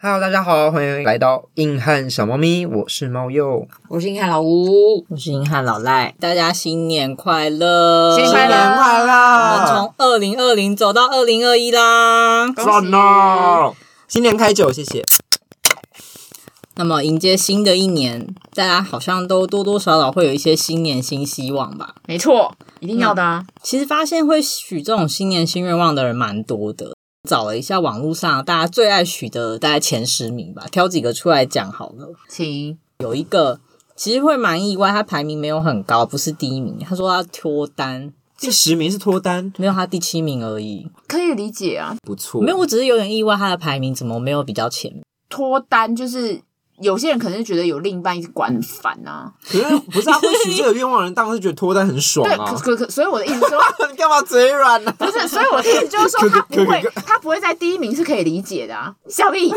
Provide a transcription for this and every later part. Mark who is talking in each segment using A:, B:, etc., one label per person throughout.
A: Hello，大家好，欢迎来到硬汉小猫咪，我是猫鼬。
B: 我是硬汉老吴，
C: 我是银汉老赖，大家新年快乐！
A: 新年快
C: 我们
A: 乐！
C: 从二零二零走到二零二一啦。
A: 赞
D: 啊
A: 呐！新年开酒，谢谢。
C: 那么迎接新的一年，大家好像都多多少少会有一些新年新希望吧。
B: 没错，一定要的啊！
C: 其实发现会许这种新年新愿望的人蛮多的。找了一下网络上大家最爱许的大概前十名吧，挑几个出来讲好了。
B: 请
C: 有一个其实会蛮意外，他排名没有很高，不是第一名。他说他脱单，
A: 第十名是脱单，
C: 没有他第七名而已。
B: 可以理解啊，
A: 不错。
C: 没有，我只是有点意外，他的排名怎么没有比较前面？
B: 脱单就是有些人可能是觉得有另一半一直管很烦啊，
A: 可是不是他会许这个愿望的人，当然是觉得脱单很爽
B: 对，可
A: 啊。
B: 可可，所以我的意思 说，
A: 你干嘛嘴软
D: 啊
A: 呢、
B: 不是，所以我的意思就是说，他不
A: 可可
B: 会
A: 可，
B: 他不会在第一名是可以理解的啊，小易，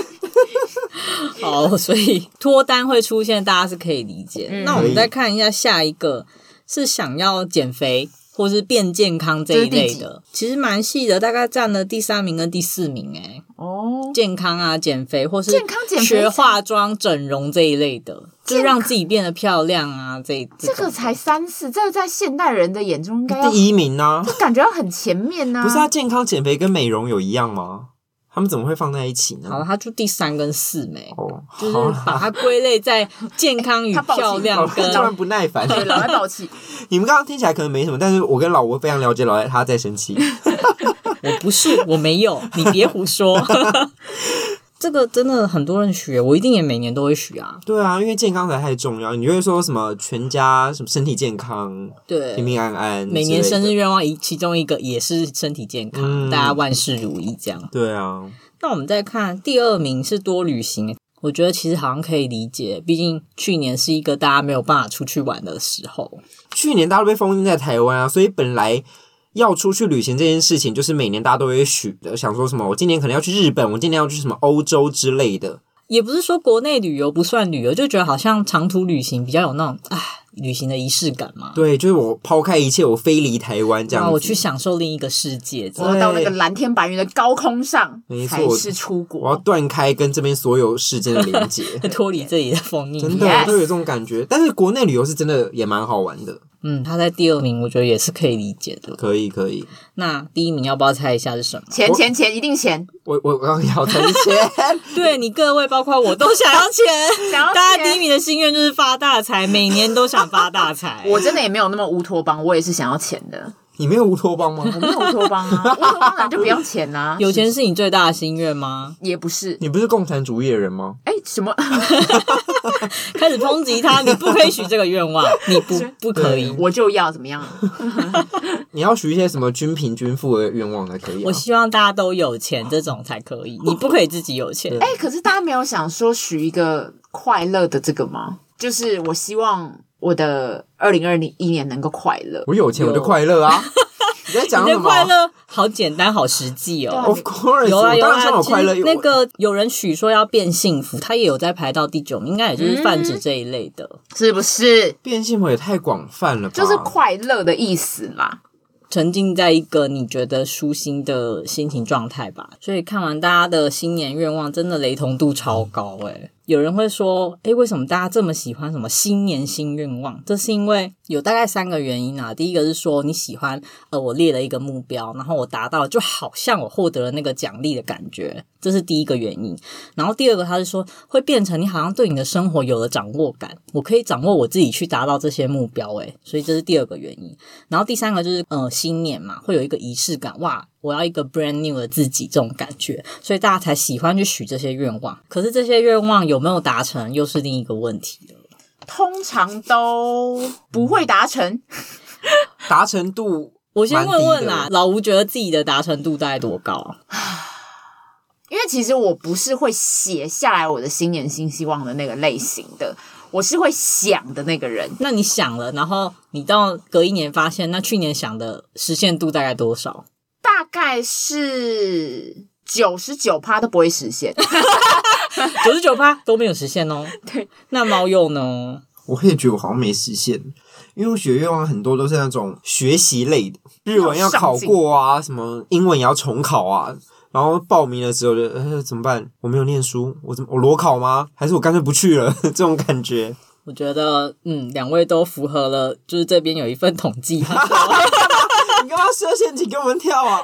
C: 哦，所以脱单会出现，大家是可以理解。
B: 嗯
C: 那我们再看一下下一个是想要减肥或是变健康这一类
B: 这是第几
C: 的，其实蛮细的，大概占了第三名跟第四名、欸。
B: 哦，
C: 健康啊，减肥或是
B: 健康减肥
C: 学化妆、整容这一类的，
B: 健
C: 就是
B: 康
C: 让自己变得漂亮啊，这
B: 这
C: 种
B: 个才三四，这个在现代人的眼中应该要
D: 第一名呢、
B: 感觉要很前面呢、
D: 不是啊，健康减肥跟美容有一样吗？他们怎么会放在一起
C: 好，
D: 呢？
C: 它就第三跟四没。
D: 哦，
C: 就是
D: 好啊
C: 把它归类在健康与
B: 他暴起
C: 漂亮
D: 老赖
C: 跟
D: 突然不耐烦。
B: 对，老来宝气，
D: 你们刚刚听起来可能没什么，但是我跟老吴非常了解老赖，他在生气。
C: 我不是，我没 有，你别胡说。这个真的很多人学，我一定也每年都会学啊。
D: 对啊，因为健康才太重要。你就会说什么全家什么身体健康、平
C: 对，
D: 平安安，
C: 呃每年生日。愿望一其中一个也是身体健康，
D: 嗯
C: 大家万事如意这样。
D: 对啊，
C: 那我们再看第二名是多旅行，我觉得其实好像可以理解，毕竟去年是一个大家没有办法出去玩的时候。
D: 去年大家都被封印在台湾啊，所以本来要出去旅行这件事情，就是每年大家都会许的，想说什么我今年可能要去日本，我今年要去什么欧洲之类的。
C: 也不是说国内旅游不算旅游，就觉得好像长途旅行比较有那种唉旅行的仪式感嘛。
D: 对，就是我抛开一切，我飞离台湾这样
C: 然
D: 子。
C: 后我去享受另一个世界这
B: 然
C: 样。，
B: 后到那个蓝天白云的高空上
D: 没，
B: 才
D: 错
B: 是出
D: 我要
B: 国。
D: 断开跟这边所有事件的连接
C: 脱离这里的封印。
D: 真的
B: Yes
D: 都有这种感觉。但是国内旅游是真的也蛮好玩的，
C: 嗯，他在第二名，我觉得也是可以理解的。
D: 可以可以。
C: 那第一名要不要猜一下是什么？
B: 钱钱钱，一定钱！
D: 我我我刚要才是钱，
C: 对你各位，包括我都 想要钱。
B: 想要
C: 大家
B: 钱
C: 第一名的心愿就是发大财，每年都想发大 财。
B: 我真的也没有那么乌托邦，我也是想要钱的。
D: 你没有乌托邦吗？
B: 我没有乌托邦 啊，乌托邦人就不要钱呐、啊。
C: 有钱是你最大的心愿吗？
B: 也不是，
D: 你不是共产主义的人吗？
B: 哎、什么？
C: 开始抨击他，你不可以许这个愿 望，你不不可以。
B: 我就要怎么样？
D: 你要许一些什么均贫均富的愿望才可以、啊
C: 我？希望大家都有钱，这种才可以。你不可以自己有钱，
B: 哎、可是大家没有想说许一个快乐的这个吗？就是我希望我的二零二零一年能够快乐。
D: 我有钱我就
C: 有
D: 快乐 啊！你在讲
C: 你
D: 什
C: 的快
D: 么
C: 乐好简单，好实际哦。
D: ？Of course，
C: 有啊
D: 我
C: 有
D: 当然希望
C: 啊，
D: 我
C: 其
D: 快乐。
C: 实那个有人许说要变幸福，他也有在排到第九名，应该也就是泛指这一类的。
B: 是不是？
D: 变性我也太广泛了吧？
B: 就是快乐的意思啦。
C: 沉浸在一个你觉得舒心的心情状态吧。所以看完大家的新年愿望，真的雷同度超高诶、有人会说，诶、为什么大家这么喜欢什么新年新愿望？这是因为有大概三个原因啊。第一个是说你喜欢，呃，我列了一个目标，然后我达到了，就好像我获得了那个奖励的感觉，这是第一个原因。然后第二个，他是说会变成你好像对你的生活有了掌握感，我可以掌握我自己去达到这些目标，诶，所以这是第二个原因。然后第三个就是呃新年嘛，会有一个仪式感，哇，我要一个 brand new 的自己这种感觉，所以大家才喜欢去许这些愿望。可是这些愿望有没有达成，又是另一个问题了。
B: 通常都不会达成，
D: 达成度，
C: 我先问问啦
D: 蛮低，
C: 老吴觉得自己的达成度大概多高？啊
B: 因为其实我不是会写下来我的新年新希望的那个类型的，我是会想的那个人。
C: 那你想了，然后你到隔一年发现，那去年想的实现度大概多少？
B: 大概是九十九趴都不会实 现。
C: 九十九趴都没有实现 哦。
B: 对，
C: 那猫鼬呢？
D: 我也觉得我好像没实现，因为我学愿望很多都是那种学习类的，日文要考过啊，什么英文也要重考啊，然后报名了之后就呃怎么办？我没有念书，我怎么我裸考吗？还是我干脆不去了？ 这种感觉，
C: 我觉得，嗯，两位都符合了，就是这边有一份统 计，他说
D: 你干嘛设陷阱给我们跳 啊？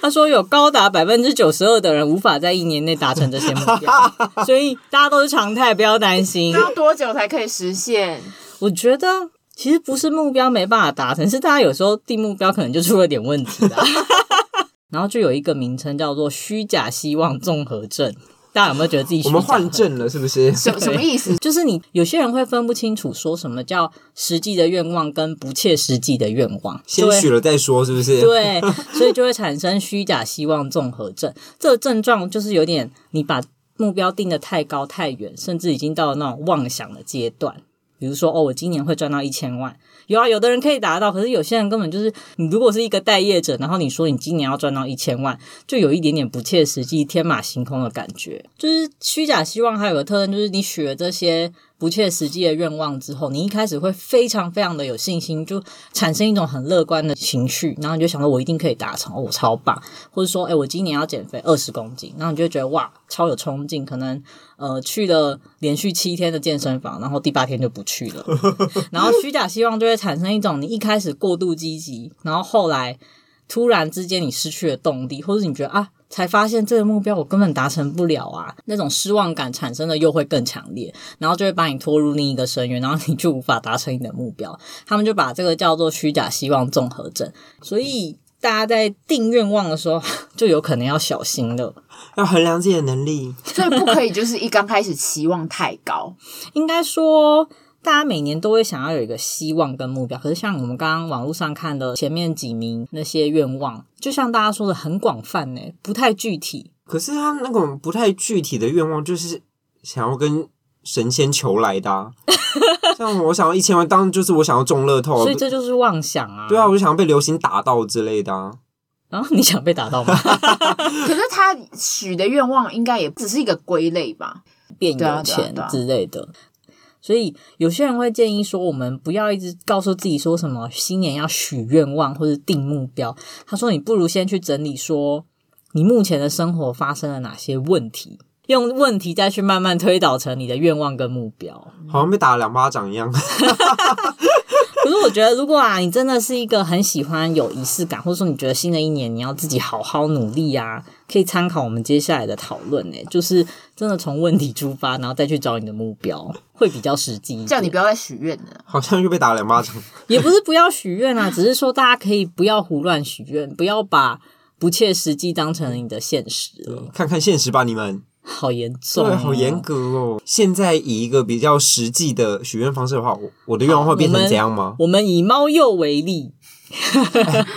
C: 他说有高达百分之九十二的人无法在一年内达成这些目 标，所以大家都是常态，不要担心
B: 那。要多久才可以实现？
C: 我觉得其实不是目标没办法达成，是大家有时候定目标可能就出了点问 题啦。然后就有一个名称叫做虚假希望综合症，大家有没有觉得自己虚
D: 我
C: 假
D: 们换证了是不是？
B: 什什么意思？
C: 就是啊你有些人会分不清楚说什么叫实际的愿望跟不切实际的愿望，
D: 先许了再说是不是？
C: 对，所以就会产生虚假希望综合症。这个症状就是有点你把目标定得太高太远，甚至已经到了那种妄想的阶段。比如说，哦，我今年会赚到一千万，有啊，有的人可以达到，可是有些人根本就是，你如果是一个待业者，然后你说你今年要赚到一千万，就有一点点不切实际、天马行空的感觉。就是虚假希望还有个特征，就是你许了这些不切实际的愿望之后，你一开始会非常非常的有信心，就产生一种很乐观的情绪，然后你就想说我一定可以达成，哦我超棒，或者说，哎、我今年要减肥二十公斤，然后你就会觉得哇，超有冲劲，可能呃去了连续七天的健身房，然后第八天就不去了，然后虚假希望就会产生一种你一开始过度积极，然后后来突然之间你失去了动力，或者你觉得啊。才发现这个目标我根本达成不了啊，那种失望感产生的又会更强烈，然后就会把你拖入另一个深渊，然后你就无法达成你的目标。他们就把这个叫做虚假希望综合症，所以大家在定愿望的时候 就有可能要小心了。
D: 要衡量自己的能力。
B: 所以不可以就是一刚开始期望太高，
C: 应该说。大家每年都会想要有一个希望跟目标，可是像我们刚刚网络上看的前面几名那些愿望，就像大家说的很广泛呢、不太具体。
D: 可是他那种不太具体的愿望，就是想要跟神仙求来的、啊。像我想要一千万，当然就是我想要中乐透啊。
C: 所以这就是妄想啊。
D: 对啊，。我就想要被流星打到之类的啊。
C: 然后你想被打到吗？
B: 可是他许的愿望应该也只是一个归类吧？
C: 变
B: 对啊
C: 有
B: 对啊
C: 钱
B: 对啊
C: 之类的。所以有些人会建议说，我们不要一直告诉自己说什么新年要许愿望或者定目标。他说，你不如先去整理说你目前的生活发生了哪些问题，用问题再去慢慢推导成你的愿望跟目标。
D: 好像被打了两巴掌一样。
C: 可是我觉得，如果啊，你真的是一个很喜欢有仪式感，或者说你觉得新的一年你要自己好好努力啊，可以参考我们接下来的讨论呢，就是真的从问题出发，然后再去找你的目标，会比较实际一点。
B: 叫你不要再许愿了。
D: 好像又被打了两巴掌。
C: 也不是不要许愿啊，只是说大家可以不要胡乱许愿，不要把不切实际当成你的现实了，
D: 看看现实吧，你们。
C: 好严重、
D: 啊对，啊
C: 哦，
D: 好严。格哦。现在以一个比较实际的许愿方式的话，我我的愿望会变成怎样吗
C: 我们以猫鼬 为例，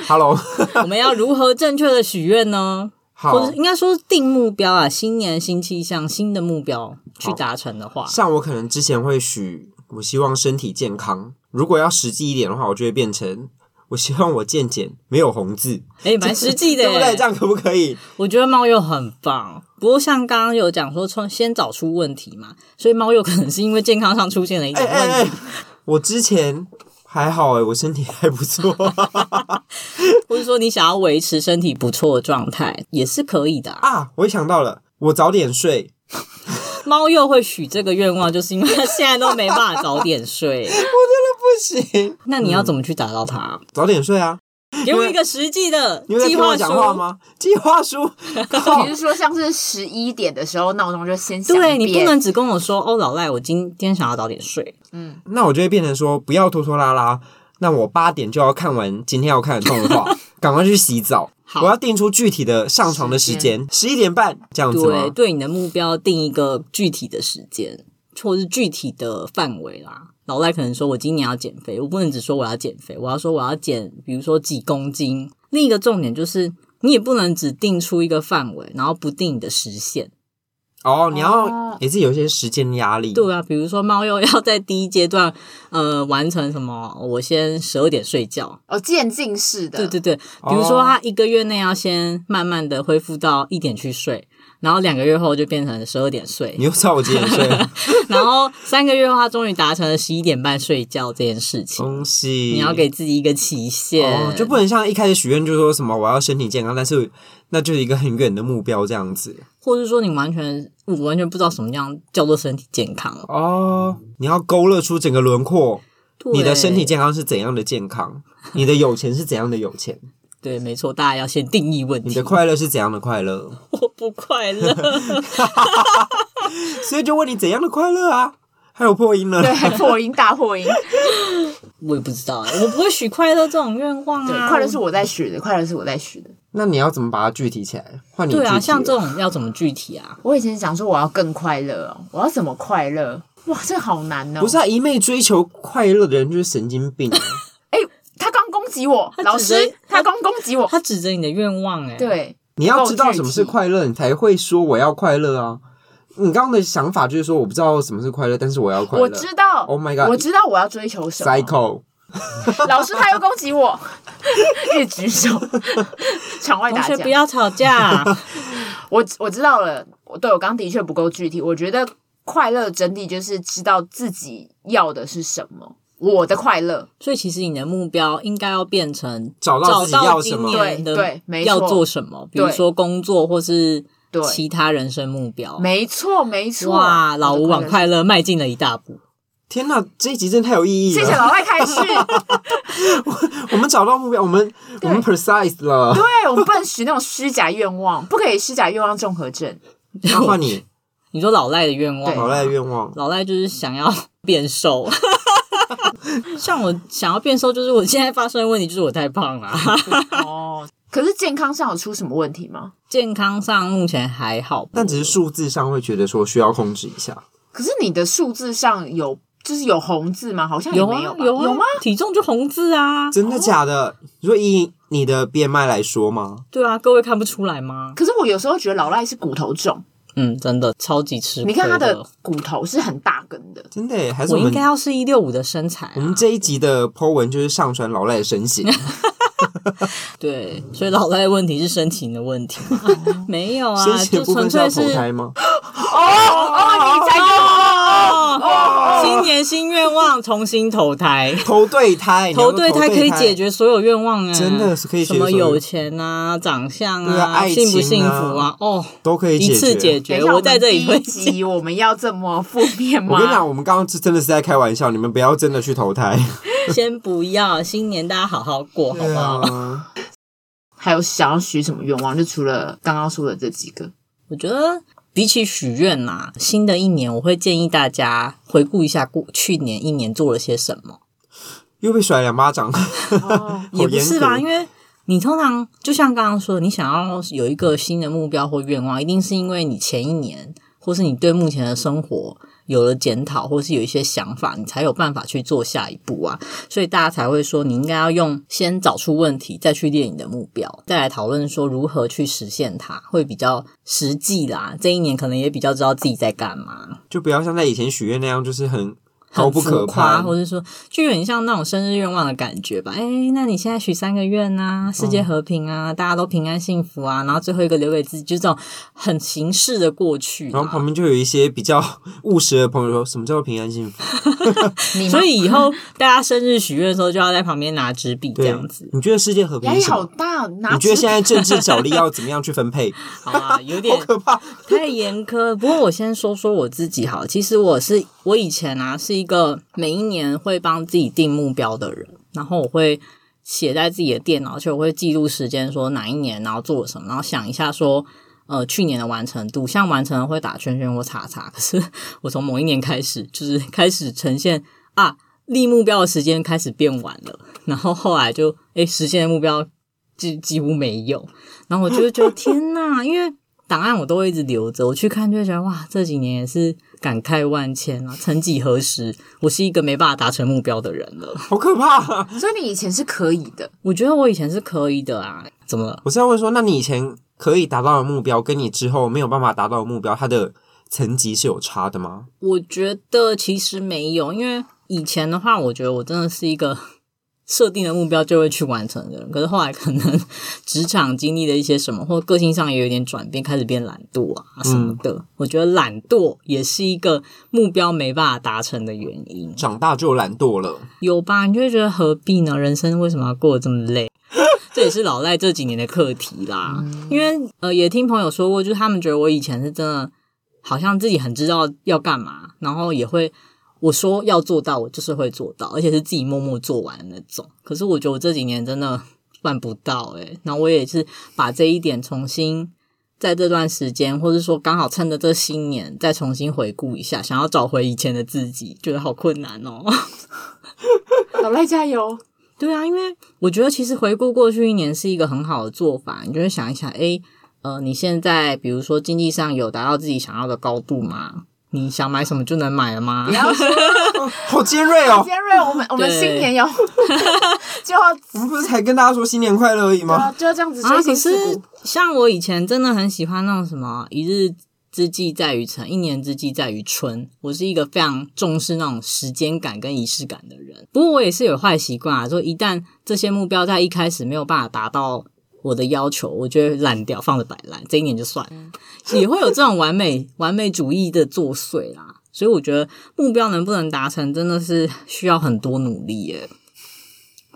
D: ？Hello，
C: 我们要如何正确的许愿呢？或
D: 好
C: 者，应该说定目标啊，新年新气象，新的目标去达成的话，
D: 像我可能之前会许，我希望身体健康。如果要实际一点的话，我就会变成。我希望我健健，没有红字，
C: 哎，蛮实际的
D: 对不对？这
C: 耶。
D: 样可不可以？
C: 我觉得猫鼬很棒，不过像刚刚有讲说，从先找出问题嘛，所以猫鼬可能是因为健康上出现了一
D: 哎
C: 点问题，
D: 哎哎！我之前还好哎、我身体还不错。
C: 或者说你想要维持身体不错的状态，也是可以的、啊。
D: 啊，我也想到了，我早点睡。
C: 猫又会许这个愿望，就是因为它现在都没办法早点睡。
D: 不行，
C: 那你要怎么去达到它？
D: 早点睡啊！
C: 给我一个实际的
D: 你有在
C: 计
D: 听我
C: 划
D: 讲话
C: 书。
D: 吗？计划书，靠
B: 比如说像是十一点的时候闹钟就先响一
C: 哦对
B: 遍，
C: 你不能只跟我说哦，老赖，我今天想要早点睡。
B: 嗯，
D: 那我就会变成说不要拖拖拉拉。那我八点就要看完今天要看的动画，赶快去洗澡。
C: 好
D: 我要定出具体的上床的时间，十一点半这样子
C: 对，
D: 吗？
C: 对你的目标定一个具体的时间，或是具体的范围啦。老赖可能说我今年要减肥，我不能只说我要减肥，我要说我要减，比如说几公斤。另一个重点就是，你也不能只定出一个范围，然后不定你的时限。
D: 哦，你要
B: 哦
D: 也是有一些时间压力。
C: 对啊，比如说猫又要在第一阶段，呃，完成什么？我先十二点睡觉，
B: 哦，渐进式的，
C: 对对对，
D: 哦
C: 比如说他一个月内要先慢慢的恢复到一点去睡，然后两个月后就变成十二点睡
D: 你，又知道我几点睡 了？
C: 然后三个月后他终于达成了十一点半睡觉这件事情。
D: 恭喜！
C: 你
D: 你
C: 要给自己一个期限，
D: 哦，就不能像一开始许愿就说什么我要身体健康，但是那就是一个很远的目标这样子
C: 或者说你完全我完全不知道什么样叫做身体健康。
D: 哦。你要勾勒出整个轮廓，
C: 对
D: 你的身体健康是怎样的健康，你的有钱是怎样的有钱，
C: 对，没错，大家要先定义问
D: 你
C: 题。
D: 的快乐是怎样的快乐。
C: 我不快乐，
D: 所以就问你怎样的快乐啊？还有破音了，
B: 对，破音大破 音，
C: 我也不知道，欸我不会许快乐这种愿望
B: 对，
C: 啊。
B: 快乐是我在许的，快乐是我在许的。
D: 那你要怎么把它具体起来？换你具
C: 对
D: 体
C: 啊，像这
D: 了
C: 种要怎么具体啊？
B: 我以前想说我要更快乐哦，我要怎么快乐？哇，这好难哦！
D: 不是啊，一昧追求快乐的人就是神经 病啊、
B: 哎他刚攻击我，
C: 他
B: 老
C: 指着
B: 师，他刚攻击我，
C: 他指着你的愿望、欸，哎，
B: 对，
D: 你要知道什么是快乐，你才会说我要快乐啊。你刚刚的想法就是说我不知道什么是快乐，但是我要快乐。
B: 我知道
D: Oh my god
B: 我知道我要追求什么。
D: Psycho，
B: 老师他又攻击 我，一直举手，场外
C: 同
B: 打
C: 学
B: 架。
C: 不要吵架。
B: 我我知道了，我对我刚刚的确不够具体。我觉得快乐整体就是知道自己要的是什么，我的快乐。
C: 所以其实你的目标应该要变成
D: 找到
C: 找
D: 自己要
C: 到
D: 什
C: 今
D: 么。
B: 对
C: 年的
B: 对没错
C: 要做什么，比如
B: 对
C: 说工作或是
B: 对
C: 其他人生目标。
B: 没错，没错。
C: 哇，老吴往
B: 乐。
C: 快乐迈进了一大步。
D: 天哪，这一集真的太有意义
B: 谢谢
D: 了！
B: 老外开示。
D: 我们找到目标，我们我们 precise 了。
B: 对，我们不能许那种虚假愿望，不可以虚假愿望综合症。
D: 那换你，
C: 你说老赖的愿望
B: 对
C: 吗，
D: 好赖愿望。
C: 老赖就是想要 变瘦。像我想要变瘦，就是我现在发生的问题就是我太胖了。
B: 哦， 可是健康上有出什么问题吗？
C: 健康上目前还好，
D: 但只是数字上会觉得说需要控制一下。
B: 可是你的数字上有就是有红字吗？好像也
C: 有
B: 没
C: 啊
B: 有吧
C: 有啊
B: 有吗？
C: 体重就红字啊，
D: 真的假的？你说以你的 BMI 来说吗？
C: 对啊，各位看不出来吗？
B: 可是我有时候觉得老赖是骨头重，
C: 嗯，真的超级吃亏。
B: 你看他的，骨头是很大根
C: 哦
B: 的，
D: 真的耶，还是
C: 我
D: 我
C: 应
D: 们
C: 该要是一六五的身材、
D: 我
C: 啊
D: 们，这一集的 Po 文就是上传老赖的身 形，
C: 对，所以老赖的问题是身体的 问题，没有 啊
D: 身，形
C: 就
D: 的部
C: 纯
D: 分是
C: 粹
D: 要
C: 是
D: 投胎吗？
B: 你才
C: 哦，新年新愿望，重新投胎。
D: 投对胎，
C: 投
D: 对
C: 对胎可以解。决所有愿望啊，
D: 真的是可以解
C: 什
D: 决
C: 么
D: 所有
C: 有钱啊、长相
D: 对啊
C: 啊、
D: 爱情啊
C: 幸不幸福啊，哦，
D: 都可以
C: 一
D: 解决
C: 次解
B: 等
C: 决。
B: 一下，
C: 在这里
B: 我
C: 会
B: 们第一集我们要这么负面吗？
D: 我跟你讲，我们刚刚是真的是在开玩笑，你们不要真的去投胎，
C: 先不要，新年大家好好过， 好不好？
D: 啊？
B: 还有想要许什么愿望？就除了刚刚说的这几个，
C: 我觉得比起许愿呐，新的一年我会建议大家回顾一下过去年一年做了些什么，
D: 又被甩两巴 掌，
B: 哦、
C: 也不是吧？
D: 好严
C: 因
D: 格
C: 为你通常就像刚刚说，你想要有一个新的目标或愿望，一定是因为你前一年或是你对目前的生活有了检讨，或是有一些想法，你才有办法去做下一步啊。所以大家才会说，你应该要用先找出问题，再去列你的目标，再来讨论说如何去实现它，会比较实际啦。这一年可能也比较知道自己在干嘛。
D: 就不要像在以前许愿那样，就是很
C: 很
D: 高不可
C: 浮夸，
D: 攀。
C: 或者说就有点像那种生日愿望的感觉吧。哎、那你现在许三个愿啊，
D: 嗯
C: 世界和平啊，大家都平安幸福啊，然后最后一个留给自己，就这种很形式的过去
D: 然后
C: 啦。
D: 旁边就有一些比较务实的朋友说：“什么叫做平安幸 福
B: 你吗
C: 所以以后大家生日许愿的时候，就要在旁边拿纸笔？”这
D: 对
C: 样子，，
D: 你觉得世界和平
B: 压
D: 是
B: 力
D: 什
B: 好
D: 么？
B: 大，拿
D: 你觉得
B: 纸
D: 现在政治角力要怎么样去分配？
C: 好啊，有点
D: 好可怕！
C: 太严苛了。不过我先说说我自己好了，其实我是我以前啊是一个每一年会帮自己定目标的人，然后我会写在自己的电脑，而且我会记录时间，说哪一年然后做了什么，然后想一下说。呃，去年的完成度，像完成了会打圈圈或叉叉。可是我从某一年开始，就是开始呈现啊，立目标的时间开始变晚了，然后后来就诶实现的目标几几乎没有，然后我就会觉得天呐，因为档案我都会一直留着，我去看就会觉得哇，这几年也是感慨万千啊！曾几何时，我是一个没办法达成目标的人了。
D: 好可怕！啊
B: 所以你以前是可以的，
C: 我觉得我以前是可以的啊，怎么了？
D: 我是要问说，那你以前可以达到的目标，跟你之后没有办法达到的目标，它的层级是有差的吗？
C: 我觉得其实没有，因为以前的话，我觉得我真的是一个 设定的目标就会去完成的人。可是后来可能职场经历了一些什么，或个性上也有点转变，开始变懒惰啊什么的。我觉得懒惰也是一个目标没办法达成的原因。
D: 长大就懒惰了，
C: 有吧？你就会觉得何必呢？人生为什么要过得这么累？ 这也是老赖这几年的课题啦。因为呃，也听朋友说过，就是他们觉得我以前是真的，好像自己很知道要干嘛，然后也会我说要做到，我就是会做到，而且是自己默默做完的那种。可是我觉得我这几年真的办不到诶、然后我也是把这一点重新。在这段时间，或者说刚好趁着这新年，再重新回顾一下，想要找回以前的自己，觉得好困难哦。
B: 老赖加 油！
C: 对啊，因为我觉得其实回顾过去一年是一个很好的做法，你就会想一想，诶，呃，你现在比如说经济上有达到自己想要的高度吗？你想买什么就能买了吗
B: 不？要说
D: 好尖锐哦！
B: 尖锐，我们我们
C: 对
B: 新年要 就要
D: 我们不是才跟大家说新年快乐而已吗？
B: 就要这样子
C: 啊，
B: 追
C: 可
B: 求
C: 是
B: 刺骨。
C: 像我以前真的很喜欢那种什么一日之计在于晨，一年之计在于春。我是一个非常重视那种时间感跟仪式感的人。不过我也是有坏习惯啊，说一旦这些目标在一开始没有办法达到我的要求，我就会烂掉，放着摆烂，这一年就算了。也会有这种完美完美主义的作祟啦。所以我觉得目标能不能达成，真的是需要很多努力耶。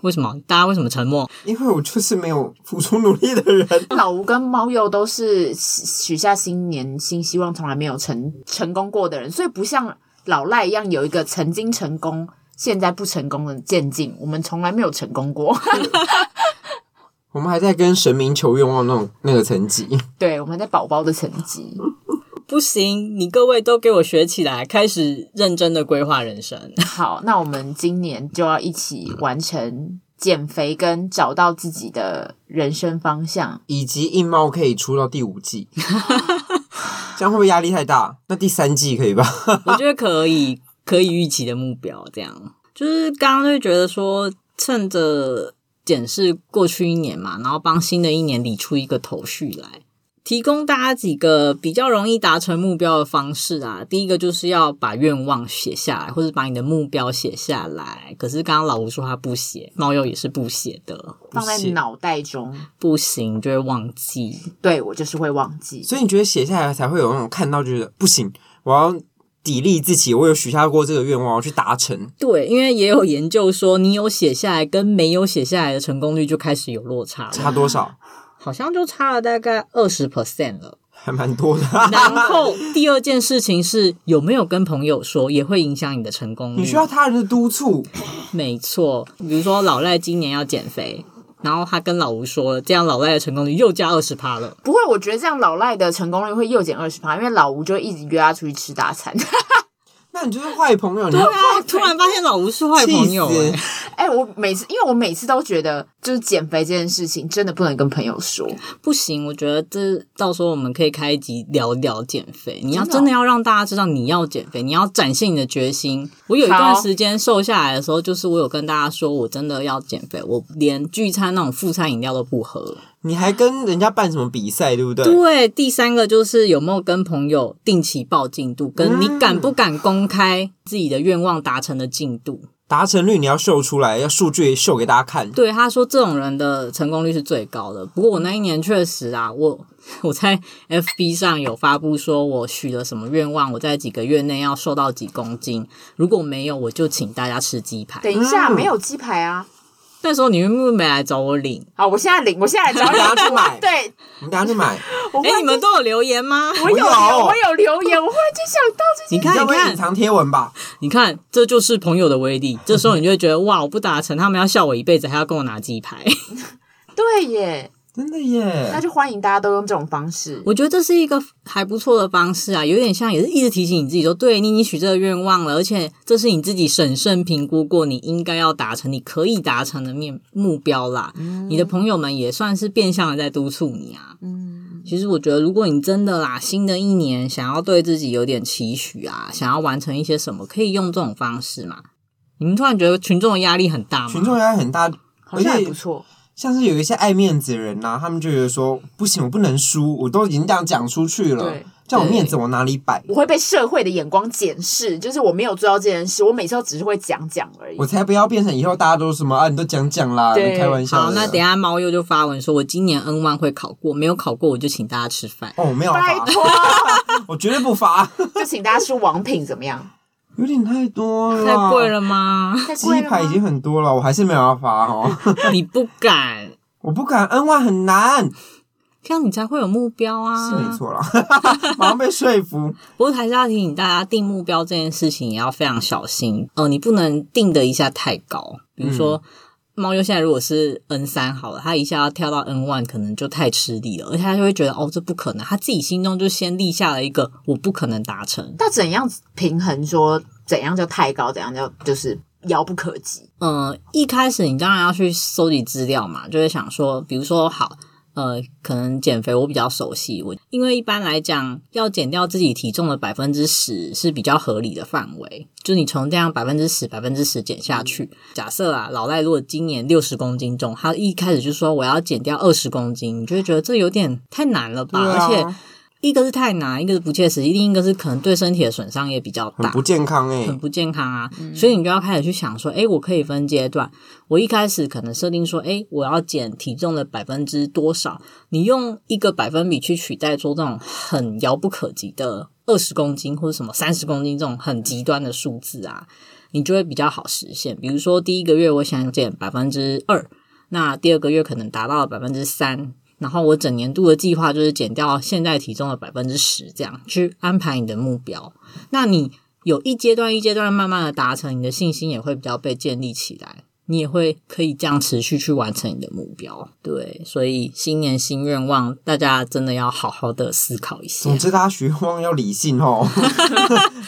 C: 为什么？大家为什么沉默？
D: 因为我就是没有付出努力的人，
B: 老吴跟猫鼬都是许许下新年新希望，从来没有成成功过的人，所以不像老赖一样有一个曾经成功、现在不成功的渐进。我们从来没有成功 过，
D: 我们还在跟神明求愿望那种那个层级。
B: 对，我们在宝宝的成绩。
C: 不行，你各位都给我学起来，开始认真的规划人生。
B: 好，那我们今年就要一起完成减肥跟找到自己的人生方向。
D: 以及硬猫可以出到第五 季，这样会不会压力太大？那第三季可以吧？
C: 我觉得可以，可以预期的目标，这样就是刚刚就觉得说，趁着检视过去一年嘛，然后帮新的一年理出一个头绪来，提供大家几个比较容易达成目标的方式啊。第一个就是要把愿望写下来，或者把你的目标写下来。可是刚刚老吴说他不写，猫友也是不写的，
B: 放在脑袋中，
C: 不行就会忘记。
B: 对我就是会忘记。
D: 所以你觉得写下来才会有那种看到觉得不行，我要砥砺自己，我有许下过这个愿望，我要去达成。
C: 对，因为也有研究说，你有写下来跟没有写下来的成功率就开始有落差了，
D: 差多少？
C: 好像就差了大概二十 percent 了。
D: 还蛮多的。
C: 然后第二件事情是有没有跟朋友说，也会影响你的成功率。
D: 你需要他人的督促，
C: 没错，比如说老赖今年要减肥，然后他跟老吴说了，这样老赖的成功率又加二十趴了。
B: 不会，我觉得这样老赖的成功率会又减二十趴，因为老吴就会一直约他出去吃大餐。
D: 那你就是坏朋友。你
C: 对啊，突然发现老吴是坏
D: 气
C: 朋友、
D: 死
C: 哎！
B: 哎、我每次，因为我每次都觉得，就是减肥这件事情真的不能跟朋友说。
C: 不行，我觉得这到时候我们可以开一集聊聊减肥。你要
B: 真的哦
C: 真的要让大家知道你要减肥，你要展现你的决心。我有一段
B: 好
C: 时间瘦下来的时候，就是我有跟大家说我真的要减肥，我连聚餐那种副餐饮料都不喝。
D: 你还跟人家办什么比赛，对不对？
C: 对，第三个就是有没有跟朋友定期报进度，跟你敢不敢公开自己的愿望达成的进度。
D: 达成率你要秀出来，要数据秀给大家看。
C: 对，他说这种人的成功率是最高的。不过我那一年确实啊，我 我在 FB 上有发布说我许了什么愿望，我在几个月内要瘦到几公斤，如果没有，我就请大家吃鸡排
B: 等。一下，
D: 嗯
B: 没有鸡排啊！
C: 那时候你们不没来找我领？
B: 好，我现在领，我现在来找
D: 大家
B: 你
D: 去 买，
B: 对，
D: 我们大家去买。
B: 我忽
C: 哎、
B: 然
C: 你们都有留言吗？
B: 我有
D: 我有
B: 我有留言，我忽然就想到这件
C: 你
D: 你
C: 看，
D: 该
C: 你
D: 不会隐
C: 看，
D: 藏贴文吧？
C: 你看，这就是朋友的威力。这时候你就会觉得，哇，我不达成，他们要笑我一辈子，还要跟我拿鸡排。
B: 对耶，
D: 真的
B: 那
D: 耶！
B: 就欢迎大家都用这种方式。
C: 我觉得这是一个还不错的方式啊，有点像也是一直提醒你自己说，对你已经许这个愿望了，而且这是你自己审慎评估过你应该要达成、你可以达成的面目标啦。你的朋友们也算是变相的在督促你啊。
B: 嗯，
C: 其实我觉得，如果你真的啦，新的一年想要对自己有点期许啊，想要完成一些什么，可以用这种方式嘛。你们突然觉得群众的压力很大吗？
D: 群众压力很大，
B: 好
D: 而
B: 像也
D: 且
B: 不错。
D: 像是有一些爱面子的人呐、他们就觉得说不行，我不能输，我都已经这样讲出去了
B: 对，
D: 这种面子往哪里摆？
B: 我会被社会的眼光检视，就是我没有做到这件事，我每次都只是会讲讲而已
D: 我。才不要变成以后大家都什么啊，你都讲讲啦，
B: 对
D: 你开玩笑的。
C: 好，那等一下猫又就发文说，我今年 N 万会考过，没有考过我就请大家吃饭。
D: 哦，没有
B: 拜
D: 罚，
B: 托，
D: 我绝对不罚，
B: 就请大家吃王品怎么样？
D: 有点太多了，
C: 太贵。了吗？
B: 太
D: 鸡
B: 贵了吗
D: 排已经很多了，我还是没有要罚哦，
C: 你不敢，
D: 我不敢，N 万很难，
C: 这样你才会有目标啊。
D: 是没错啦， 马上被说服。
C: 不过还是要提醒大家，定目标这件事情也要非常小心。呃，你不能定的一下太高，比如说。
D: 嗯
C: 猫优现在如果是 N 三好了，它一下要跳到 N one，可能就太吃力了，而且它就会觉得哦，这不可能，它自己心中就先立下了一个我不可能达成。
B: 那怎样平衡说怎样叫太高，怎样叫就是遥不可及？
C: 呃，一开始你当然要去搜集资料嘛，就会想说，比如说好，呃，可能减肥我比较熟悉，我因为一般来讲要减掉自己体重的百分之十是比较合理的范围，就你从这样百分之十、百分之十减下去。假设啊，老赖如果今年六十公斤重，他一开始就说我要减掉二十公斤，你就会觉得这有点太难了吧？
D: 对啊
C: 而且一个是太难，一个是不切实际，另一个是可能对身体的损伤也比较
D: 很
C: 大，
D: 不健康哎、
C: 很不健康啊，所以你就要开始去想说，诶，我可以分阶段。我一开始可能设定说，诶，我要减体重的百分之多少？你用一个百分比去取代说这种很遥不可及的二十公斤或者什么三十公斤这种很极端的数字啊，你就会比较好实现。比如说第一个月我想减百分之二，那第二个月可能达到百分之三。然后我整年度的计划就是减掉现在体重的百分之十，这样去安排你的目标。那你有一阶段一阶段慢慢的达成，你的信心也会比较被建立起来，你也会可以这样持续去完成你的目标。对，所以新年新愿望，大家真的要好好的思考一下
D: 总。之，大家许愿望要理性 哦，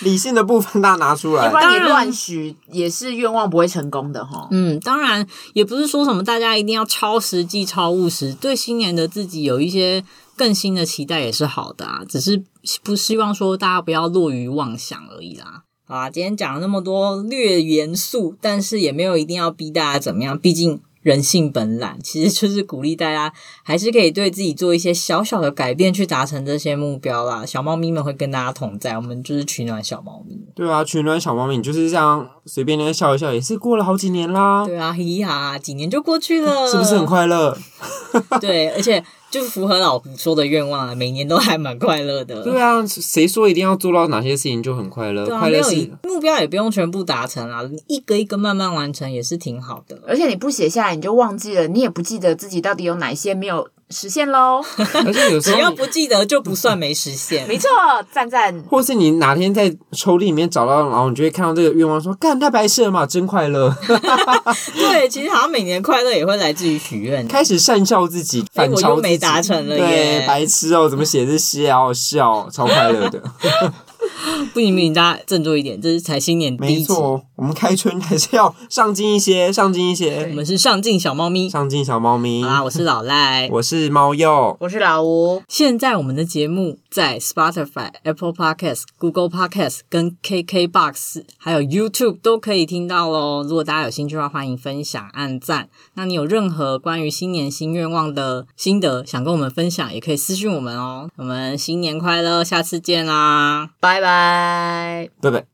D: 理性的部分大家拿出
B: 要
D: 来
B: 不。然你
C: 当然
B: 乱许也是愿望不会成功的哈。
C: 嗯，当然也不是说什么大家一定要超实际、超务实，对新年的自己有一些更新的期待也是好的啊，只是不希望说大家不要落于妄想而已啦。好啊，今天讲了那么多略严肃，但是也没有一定要逼大家怎么样，毕竟人性本懒，其实就是鼓励大家还是可以对自己做一些小小的改变，去达成这些目标啦。小猫咪们会跟大家同在，我们就是取暖小猫咪。
D: 对啊，取暖小猫咪，你就是这样随便的笑一笑，也是过了好几年啦，
C: 对啊，嘿呀，几年就过去了，
D: 是不是很快乐？
C: 对，而且就符合老胡说的愿望啊，每年都还蛮快乐的。
D: 对啊，谁说一定要做到哪些事情就很快乐？
C: 对啊，
D: 快乐
C: 没有
D: 是
C: 目标也不用全部达成啊，你一个一个慢慢完成也是挺好的。
D: 呃
B: 而且你不写下来，你就忘记了，你也不记得自己到底有哪些没有实现喽。
D: 而且有时
C: 只要
D: 候你，
C: 不记得就不算没实现。
B: 没错，赞赞。
D: 或是你哪天在抽屉里面找到，然后你就会看到这个愿望说，干太白痴了嘛，真快乐，
C: 对，其实好像每年快乐也会来自于许愿。
D: 开始善笑自己，
C: 哎
D: 反
C: 我
D: 超
C: 又
D: 自
C: 没
D: 己。
C: 达成了
D: 对，
C: 耶！
D: 白痴哦，怎么写这些啊？好笑哦，超快乐 的，
C: 不行不行，大家振作一点，这是才新年第
D: 没
C: 一集，
D: 错，我们开春还是要上进一些，上进一些。
C: 我们是上进小猫咪。
D: 上进小猫咪
C: 好，啦，我是 老赖。
D: 我是猫鼬，
B: 我是老吴，
C: 现在我们的节目在 Spotify、Apple Podcast、Google Podcast 跟 KKBox 还有 YouTube 都可以听到喽。如果大家有兴趣的话，欢迎分享、按赞。那你有任何关于新年新愿望的心得，想跟我们分享，也可以私讯我们哦。我们新年快乐，下次见啦！
B: 拜拜。
D: 对不对？